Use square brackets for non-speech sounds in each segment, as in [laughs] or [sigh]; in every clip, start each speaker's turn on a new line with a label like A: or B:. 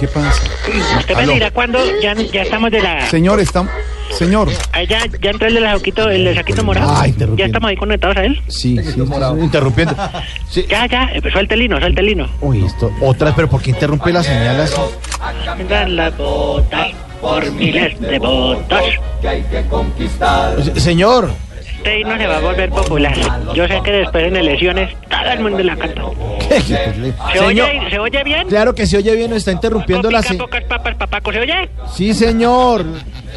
A: ¿Qué pasa?
B: Usted me
A: Aló.
B: dirá cuándo ya, ya estamos de la.
A: Señor, estamos. Señor.
B: ahí ya, ya entró el del saquito, el del saquito morado.
A: Ah, interrumpiendo.
B: ya estamos ahí conectados a él.
A: Sí, sí, estás interrumpiendo. Sí.
B: Ya, ya, eh, suelta el hino, suelta el hino.
A: Uy, esto. Otras, pero ¿por qué interrumpe las señales?
B: Dan las botas por miles de votos.
A: Señor.
B: Este himno se va a volver popular. Yo sé que después en elecciones todo el mundo la canta. ¿Se, oye, ¿se oye bien?
A: Claro que se oye bien, nos está interrumpiendo la
B: Copica,
A: señal.
B: pocas papas, papaco, ¿se oye?
A: Sí, señor.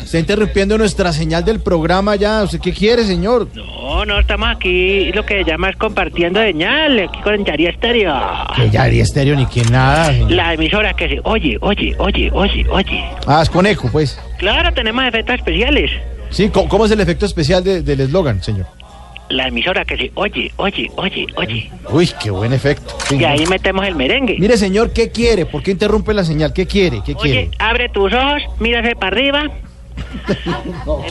A: Está interrumpiendo nuestra señal del programa ya. ¿Usted qué quiere, señor?
B: No, no, estamos aquí lo que se llama es compartiendo señal, aquí con Yaría Estéreo.
A: Que ya haría estéreo ni que nada. señor.
B: La emisora que se oye, oye, oye, oye, oye.
A: Ah, es con eco, pues.
B: Claro, tenemos efectos especiales.
A: Sí, ¿cómo, cómo es el efecto especial de- del eslogan, señor?
B: La emisora que se oye, oye, oye, oye.
A: Uy, qué buen efecto. Sí.
B: Y ahí metemos el merengue.
A: Mire, señor, ¿qué quiere? ¿Por qué interrumpe la señal? ¿Qué quiere? ¿Qué
B: Oye,
A: quiere?
B: abre tus ojos, mírase para arriba.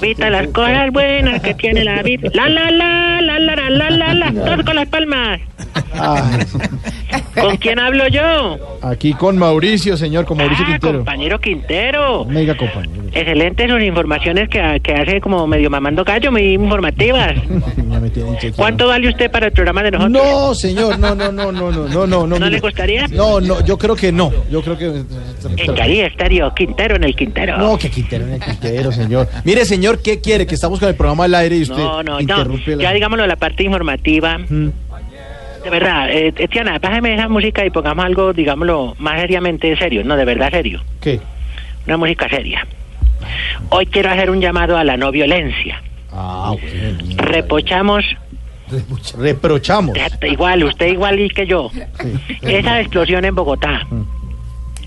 B: Evita las cosas buenas que tiene la vida. La la la la la la la la la. Todos con las palmas.
A: Ah,
B: ¿Con quién hablo yo?
A: aquí con Mauricio, señor, con Mauricio
B: ah,
A: Quintero.
B: compañero Quintero.
A: Mega compañero. [laughs]
B: Excelentes sus informaciones que, que hace como medio mamando gallo,
A: [laughs]
B: muy informativas.
A: Ya me tienen chequeado.
B: ¿Cuánto vale usted para el programa de nosotros?
A: No, señor, no, no, no, no, no, no, no.
B: ¿No
A: mire.
B: le gustaría?
A: No, no, yo creo que no. Yo creo que.
B: Estaría, estaría Quintero en el Quintero.
A: No, que Quintero, no, Quintero, señor. Mire, señor, ¿qué quiere? Que estamos con el programa al aire y usted
B: No, no, no.
A: interrumpe la-
B: Ya digámoslo, la parte informativa.
A: Mm.
B: De verdad, eh, Tiana, bájame esa música y pongamos algo, digámoslo, más seriamente serio, no, de verdad serio.
A: ¿Qué?
B: Una música seria. Hoy quiero hacer un llamado a la no violencia.
A: Ah, bueno.
B: Reprochamos,
A: Reprochamos.
B: igual, usted igual y que yo, esa explosión en Bogotá.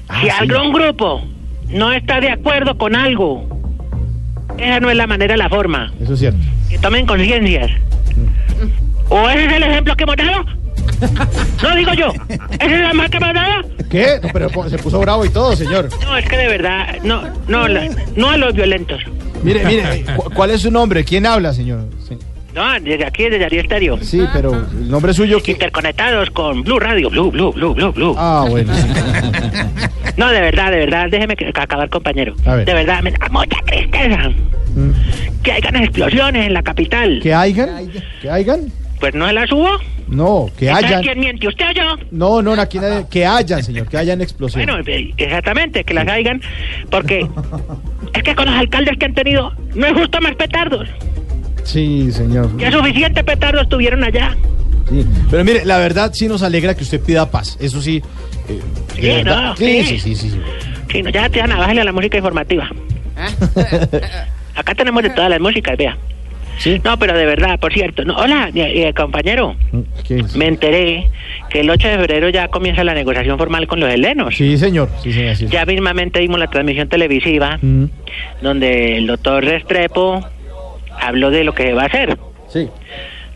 A: Ah,
B: Si
A: sí.
B: algún grupo no está de acuerdo con algo, esa no es la manera, la forma.
A: Eso es cierto.
B: Que tomen conciencias. ¿O ese es el ejemplo que hemos dado? No digo yo. ¿Ese es el más que hemos dado?
A: ¿Qué? No, pero po- se puso bravo y todo, señor.
B: No, es que de verdad, no, no, la- no a los violentos.
A: Mire, mire, ¿cu- ¿cuál es su nombre? ¿Quién habla, señor? Sí,
B: No, desde aquí, desde Ariel Stereo.
A: sí, pero el nombre suyo. ¿qué?
B: Interconectados con Blue Radio, Blue, Blue, Blue, Blue, Blue.
A: Ah, bueno. sí.
B: No, de verdad, de verdad, déjeme que- acabar, compañero.
A: A ver.
B: De verdad, me da mucha tristeza
A: Mm.
B: que hayan explosiones en la capital.
A: ¿Que hayan? ¿Que hayan?
B: Pues no se la subo.
A: No, que
B: ¿Sabe
A: hayan.
B: quién miente, usted o yo?
A: No, no, no, aquí nadie- Que hayan, señor, que hayan explosión.
B: Bueno, eh, exactamente, que las hagan,
A: [laughs]
B: porque es que con los alcaldes que han tenido, no es justo más petardos. eh,
A: Sí, señor.
B: Ya suficientes petardos tuvieron allá.
A: Sí. Pero mire, la verdad sí nos alegra que usted pida paz. Eso sí. eh, de
B: Sí,
A: verdad.
B: no,
A: sí, sí,
B: sí.
A: sí, sí, sí.
B: Sí, no, ya te van a bajarle a la música informativa. Acá tenemos de todas las músicas, vea.
A: Sí.
B: No, pero de verdad, por cierto. No, hola, eh, eh, compañero.
A: Mm, ¿Qué es?
B: Me enteré que el 8 de febrero ya comienza la negociación formal con los helenos.
A: Sí, señor. Sí, señor. sí.
B: Ya mismamente dimos la transmisión televisiva
A: Mm.
B: donde el doctor Restrepo habló de lo que se va a hacer.
A: Sí.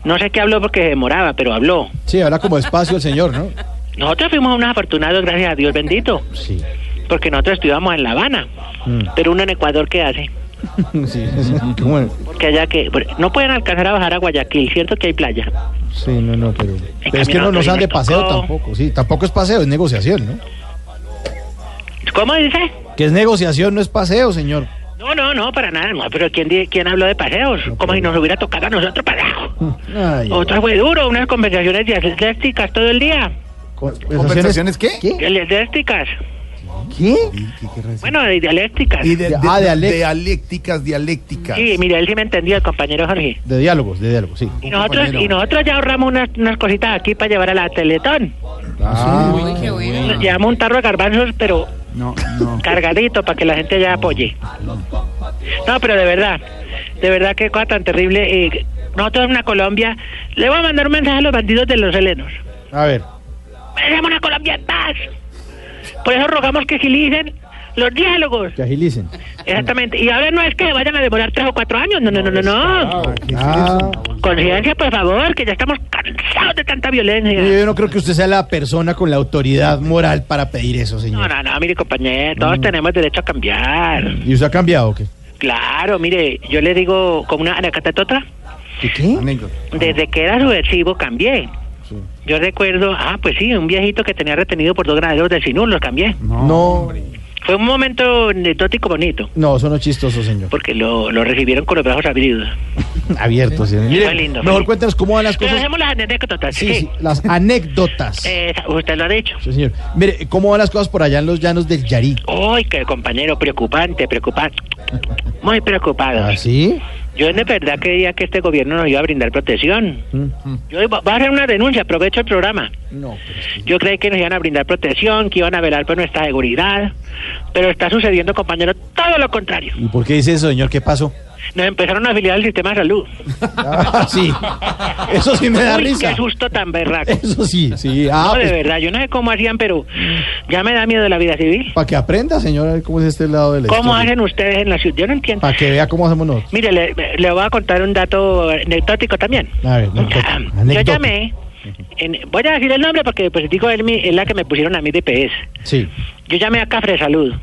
B: No sé qué habló porque se demoraba, pero habló.
A: Sí, habla como despacio el señor, ¿no?
B: Nosotros fuimos unos afortunados, gracias a Dios bendito,
A: Sí.
B: porque nosotros estudiamos en La Habana,
A: Mm.
B: pero uno en Ecuador, ¿qué hace?
A: [laughs] Sí, sí. Bueno,
B: Porque allá que... No pueden alcanzar a bajar a Guayaquil, ¿cierto que hay playa?
A: sí, no, no, pero. Pero es que
B: cambio,
A: no nos
B: nosotros
A: dan de
B: nos
A: paseo
B: tocó.
A: tampoco. Sí, tampoco es paseo, es negociación, ¿no?
B: ¿Cómo dice?
A: Que es negociación, no es paseo, señor.
B: No, no, no, para nada, no, pero ¿quién, di- quién habló de paseos? Como si nos hubiera tocado a nosotros para
C: Mm.
A: Ay,
B: Otro fue duro, unas conversaciones dialécticas todo el día.
A: ¿Conversaciones qué? ¿Qué?
B: Dialécticas.
A: ¿Qué?
B: Bueno, de dialécticas.
C: Pues Y de,
A: De- ah, de Alex.
C: dialécticas, dialécticas.
B: Sí, mira, él sí me entendió, el compañero Jorge.
A: De diálogos, de diálogos, sí.
B: Y nosotros,
C: compañero.
B: y nosotros ya ahorramos unas, unas cositas aquí para llevar a la Teletón.
A: Ah,
D: Qué bueno.
B: Nos llevamos un tarro de garbanzos, pero
C: No, no.
B: cargadito para que la gente ya apoye. No, pero de verdad, de verdad qué cosa tan terrible. eh, nosotros en una Colombia, le voy a mandar un mensaje a los bandidos de los helenos.
A: a ver.
B: ¡Merecemos una Colombia en paz! Por eso rogamos que agilicen los diálogos.
A: Que [laughs] agilicen.
B: Exactamente. Y ahora no es que vayan a demorar tres o cuatro años. No, no, no, no, no.
A: Ah,
B: Conciencia, por favor, que ya estamos cansados de tanta violencia.
A: yo no creo que usted sea la persona con la autoridad moral para pedir eso,
B: No,
A: señor.
B: no, no, mire, compañero,
C: Mm.
B: todos tenemos derecho a cambiar.
A: ¿Y usted ha cambiado o qué?
B: Claro, mire, yo le digo como una anacatatotra,
A: ¿Y qué?
C: Anécdota.
B: desde que era subversivo cambié.
A: Sí.
B: Yo recuerdo, ah, pues sí, un viejito que tenía retenido por dos granaderos de sinur, los cambié.
A: No.
B: Fue un momento anecdótico bonito,
A: No, eso no es chistoso, señor.
B: porque lo, lo recibieron con los brazos abridos.
A: Abierto, señor. Mire,
B: Fue lindo,
A: mejor
B: sí.
A: cuéntanos cómo van las
B: Pero
A: cosas.
B: dejemos las anécdotas.
A: Sí, sí, las anécdotas.
B: Eh, usted lo ha dicho.
A: Sí, señor. Mire, ¿cómo van las cosas por allá en los llanos del Yarí?
B: Ay, qué compañero, preocupante, preocupante. Muy preocupado.
A: ¿Ah, sí?
B: Yo de verdad creía que este gobierno nos iba a brindar protección.
A: Mm.
B: Yo iba, voy a hacer una denuncia, aprovecho el programa.
A: No, pero es que-
B: Yo creí que nos iban a brindar protección, que iban a velar por nuestra seguridad, pero está sucediendo, compañero, todo lo contrario.
A: ¿Y por qué dice eso, señor? ¿Qué pasó?
B: Nos empezaron a afiliar al sistema de salud.
A: Ah, sí. Eso sí me da
B: Uy,
A: risa.
B: qué susto tan berraco.
A: Eso sí, sí. Ah,
B: No, de
A: pues,
B: verdad, yo no sé cómo hacían, pero ya me da miedo la vida civil.
A: para que aprenda, señor, a ver cómo es este lado de la
B: ¿Cómo hacen ustedes en la ciudad? Yo no entiendo.
A: Para que vea cómo hacemos nosotros.
B: Mire, le, le voy a contar un dato anecdótico también. Ah,
A: A ver, no, pues,
B: Yo
A: anécdota.
B: llamé, en- voy a decir el nombre porque pues digo él mi- es la que me pusieron a mí de PS.
A: Sí.
B: Yo llamé a Cafre Salud.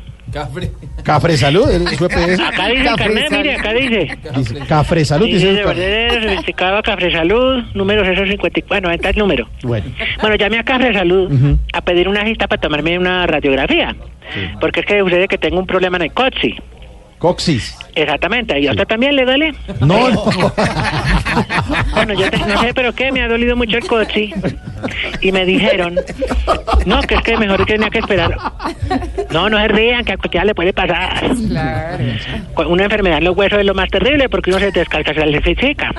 A: Cafre Salud, el- su EPS.
B: [laughs] Acá dice el carnet,
A: Salud.
B: mire, acá dice.
A: Dice, Cafre Salud,
B: Dice,
A: dice.
B: de
A: su carnet.
B: verdad, certificado a Cafre Salud, número 054, bueno, está el número.
A: Bueno.
B: Bueno, llamé a Cafre Salud
A: Ujú.
B: a pedir una cita para tomarme una radiografía. Porque es que sucede que tengo un problema en el coxi.
A: Coxis.
B: Exactamente, ¿y a usted también le duele?
A: No, no.
B: [laughs] Bueno, yo te- no sé, pero qué, me ha dolido mucho el coxi. Y me dijeron, no, que es que mejor tenía que esperar. No, no se rían, que a cualquiera le puede pasar. Cu- Una enfermedad en los huesos es lo más terrible porque uno se descalcifica.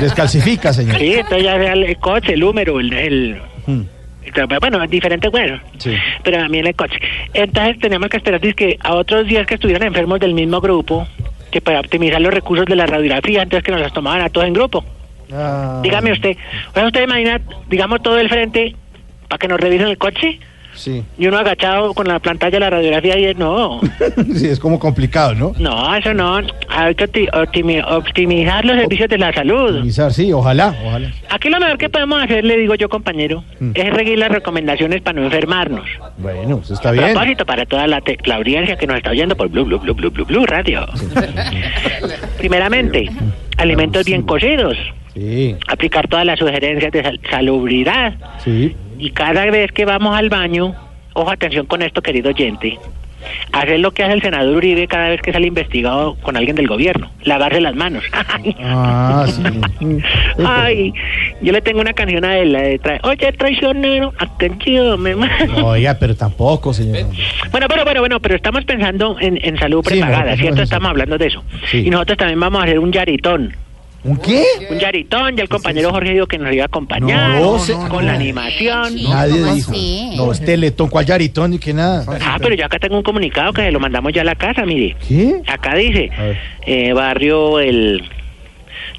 A: Descalcifica, señor.
B: Sí, entonces ya sea el coche, el húmero, el, el-
A: Mm,
B: el- Bueno, diferentes huesos.
A: Sí.
B: Pero también el coche. Entonces teníamos que esperar dizque, a otros días que estuvieran enfermos del mismo grupo, que para optimizar los recursos de la radiografía, entonces que nos los tomaban a todos en grupo.
A: Ah,
B: Dígame usted, o sea, usted imagina, digamos, todo el frente para que nos revisen el coche
A: Sí. [laughs]
B: y uno agachado con la pantalla de la radiografía y es, no,
A: Sí, es como complicado, ¿no?
B: no, eso no, hay que opti- optimi- optimizar los servicios de la salud.
A: Quizás sí, ojalá, ojalá.
B: Aquí lo mejor que podemos hacer, le digo yo, compañero,
A: Mm.
B: es seguir las recomendaciones para no enfermarnos.
A: Bueno, pues está bien.
B: Propósito para toda la, te- la audiencia que nos está oyendo por Blue, Blue, Blue, Blue, Blue, Blue Radio. Primeramente, alimentos bien cocidos,
A: [laughs] Sí,
B: aplicar todas las sugerencias de sal- salubridad,
A: sí.
B: Y cada vez que vamos al baño, ojo atención con esto, querido oyente, hacer lo que hace el senador Uribe cada vez que sale investigado con alguien del gobierno, lavarse las manos. [laughs]
A: Ah, sí. Mm.
B: Ay, yo le tengo una canción a él, la de tra- oye, traicionero, atención, me [laughs] ma-
A: Oiga, pero tampoco, señor.
B: Bueno, pero bueno, bueno, pero estamos pensando en, en salud
A: Sí,
B: prepagada,
A: mejor,
B: ¿cierto?
A: mejor,
B: Estamos
A: sí.
B: hablando de eso.
A: Sí.
B: Y nosotros también vamos a hacer un yaritón.
A: ¿Un qué?
B: Un yaritón, ya el compañero Jorge dijo que nos iba a acompañar
A: No, se-
B: con la
A: no.
B: animación.
D: Sí,
A: Nadie
D: ¿cómo
A: dijo.
D: así?
A: No, este es Teletón, ¿cuál Yaritón y que nada?
B: Ah, pero yo acá tengo un comunicado que se lo mandamos ya a la casa, mire.
A: ¿Qué?
B: Acá dice,
A: A ver.
B: eh, barrio el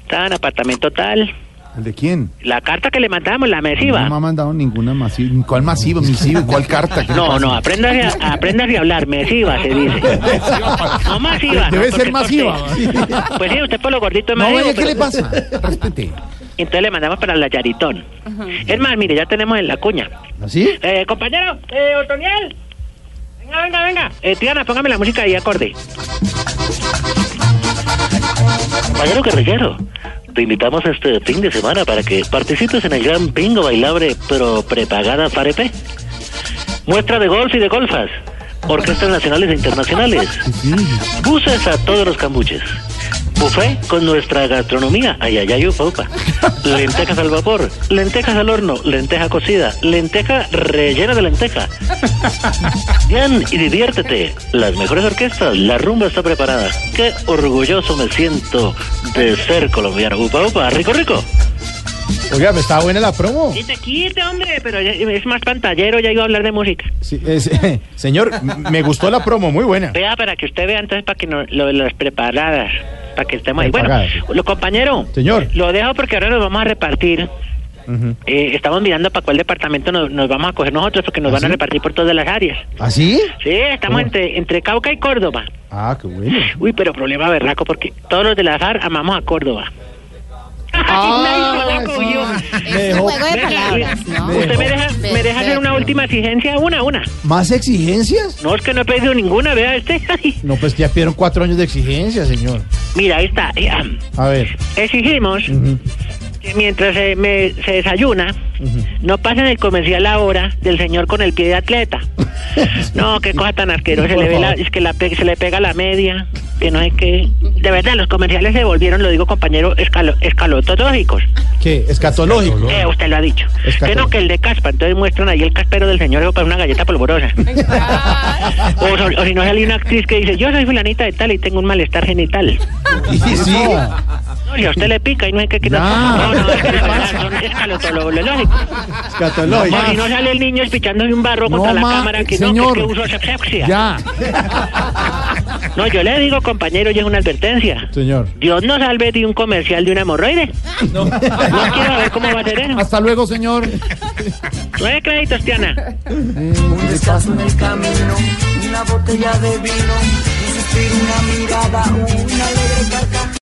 B: tan apartamento tal,
C: ¿El de quién?
B: la carta que le mandamos, la mesiva.
C: No me ha mandado ninguna masiva. ¿Cuál
A: [laughs]
C: masiva? ¿Misiva? ¿Cuál carta? ¿Qué le
B: No,
C: pasa?
B: no, apréndase a, apréndase a hablar, mesiva se dice. No masiva. no,
C: Debe ser
B: porque es
C: masiva.
B: cortés. Pues sí, usted por lo gordito es
C: No,
B: masivo,
C: oye, ¿qué
B: pero-
C: le pasa? Respete.
B: Entonces le mandamos para la Yaritón. Es más, mire, ya tenemos en la cuña.
A: ¿Así?
B: Eh, compañero, eh, Otoniel. Venga, venga, venga. Eh, Tiana, póngame la música y acorde. Compañero guerrillero, te invitamos este fin de semana para que participes en el gran bingo bailable pero prepagada Farepe. Muestra de golf y de golfas. Orquestas nacionales e internacionales. Buses a todos los cambuches. Buffet con nuestra gastronomía. Ay, ay, ay, ufa, ufa. Lentejas al vapor, lentejas al horno, lenteja cocida, lenteja rellena de lenteja. Ven y diviértete. Las mejores orquestas, la rumba está preparada. Qué orgulloso me siento de ser colombiano. Upa, upa, rico, rico.
A: Oiga, me está buena la promo.
B: Quita, quita, hombre, pero ya- es más pantallero, ya iba a hablar de música.
A: Sí, es- [laughs] señor, m- me gustó la promo, muy buena.
B: Vea, para que usted vea, entonces, para que no, lo de las preparadas, para que estemos ahí. Bueno,
A: Preparadas.
B: lo compañero,
A: Señor.
B: lo dejo porque ahora nos vamos a repartir.
A: Ujú.
B: Eh, estamos mirando para cuál departamento nos, nos vamos a coger nosotros, porque nos
A: ¿Ah,
B: van a
A: sí?
B: repartir por todas las áreas.
A: ¿Así?
B: Sí, estamos
A: Bueno.
B: entre, entre Cauca y Córdoba.
A: Ah, qué bueno.
B: Uy, pero problema berraco, porque todos los del azar amamos a Córdoba. [laughs] Nadie
A: Ah,
B: lo cogió.
A: sí. Me
D: Es un
A: dejó-
D: juego de
B: Venga,
D: palabras, ¿no?
B: Usted me deja, me deja hacer una
D: Perfecto.
B: última exigencia, una, una.
A: ¿Más exigencias?
B: No, es que no he pedido ninguna, vea este. [laughs]
A: No, pues ya pidieron cuatro años de exigencia, señor.
B: Mira, ahí está. Eh, am.
A: A ver.
B: Exigimos
A: ujú.
B: que que mientras eh, me- se desayuna, no pasen el comercial ahora del señor con el pie de
A: [laughs]
B: atleta. No, qué cosa tan asquerosa. Se
A: Por
B: le, ve la-
A: favor.
B: es que la pe- se le pega la media, que no hay que... De verdad, los comerciales se volvieron, lo digo compañero, escalo, escalotológicos.
A: ¿Qué? Escatológico.
B: Eh, usted lo ha dicho.
A: Escatológico.
B: Que no, que el de caspa. Entonces muestran ahí el caspero del señor para una
A: [laughs]
B: galleta polvorosa. O, so- o si no sale una actriz que dice, yo soy fulanita de tal y tengo un malestar genital.
A: Y sí.
B: No, si a usted le pica y no hay que quitar...
A: No.
B: no, no, es que de verdad, son escalotológicos. No,
A: Escatológico.
B: si no sale el niño de un barro
C: Pues No,
B: contra la
C: ma,
B: cámara, que no,
C: señor.
B: que es que uso asepsia.
C: Ya.
B: No, yo le digo, compañero, ya es una advertencia.
A: Señor.
B: Dios nos salve de un comercial de una hemorroide. No quiero ver cómo va a ser eso.
C: Hasta luego, señor.
B: Nueve créditos, Tiana.
D: Un descanso en el camino, una botella de vino, un suspiro, una mirada, una alegre carcajada.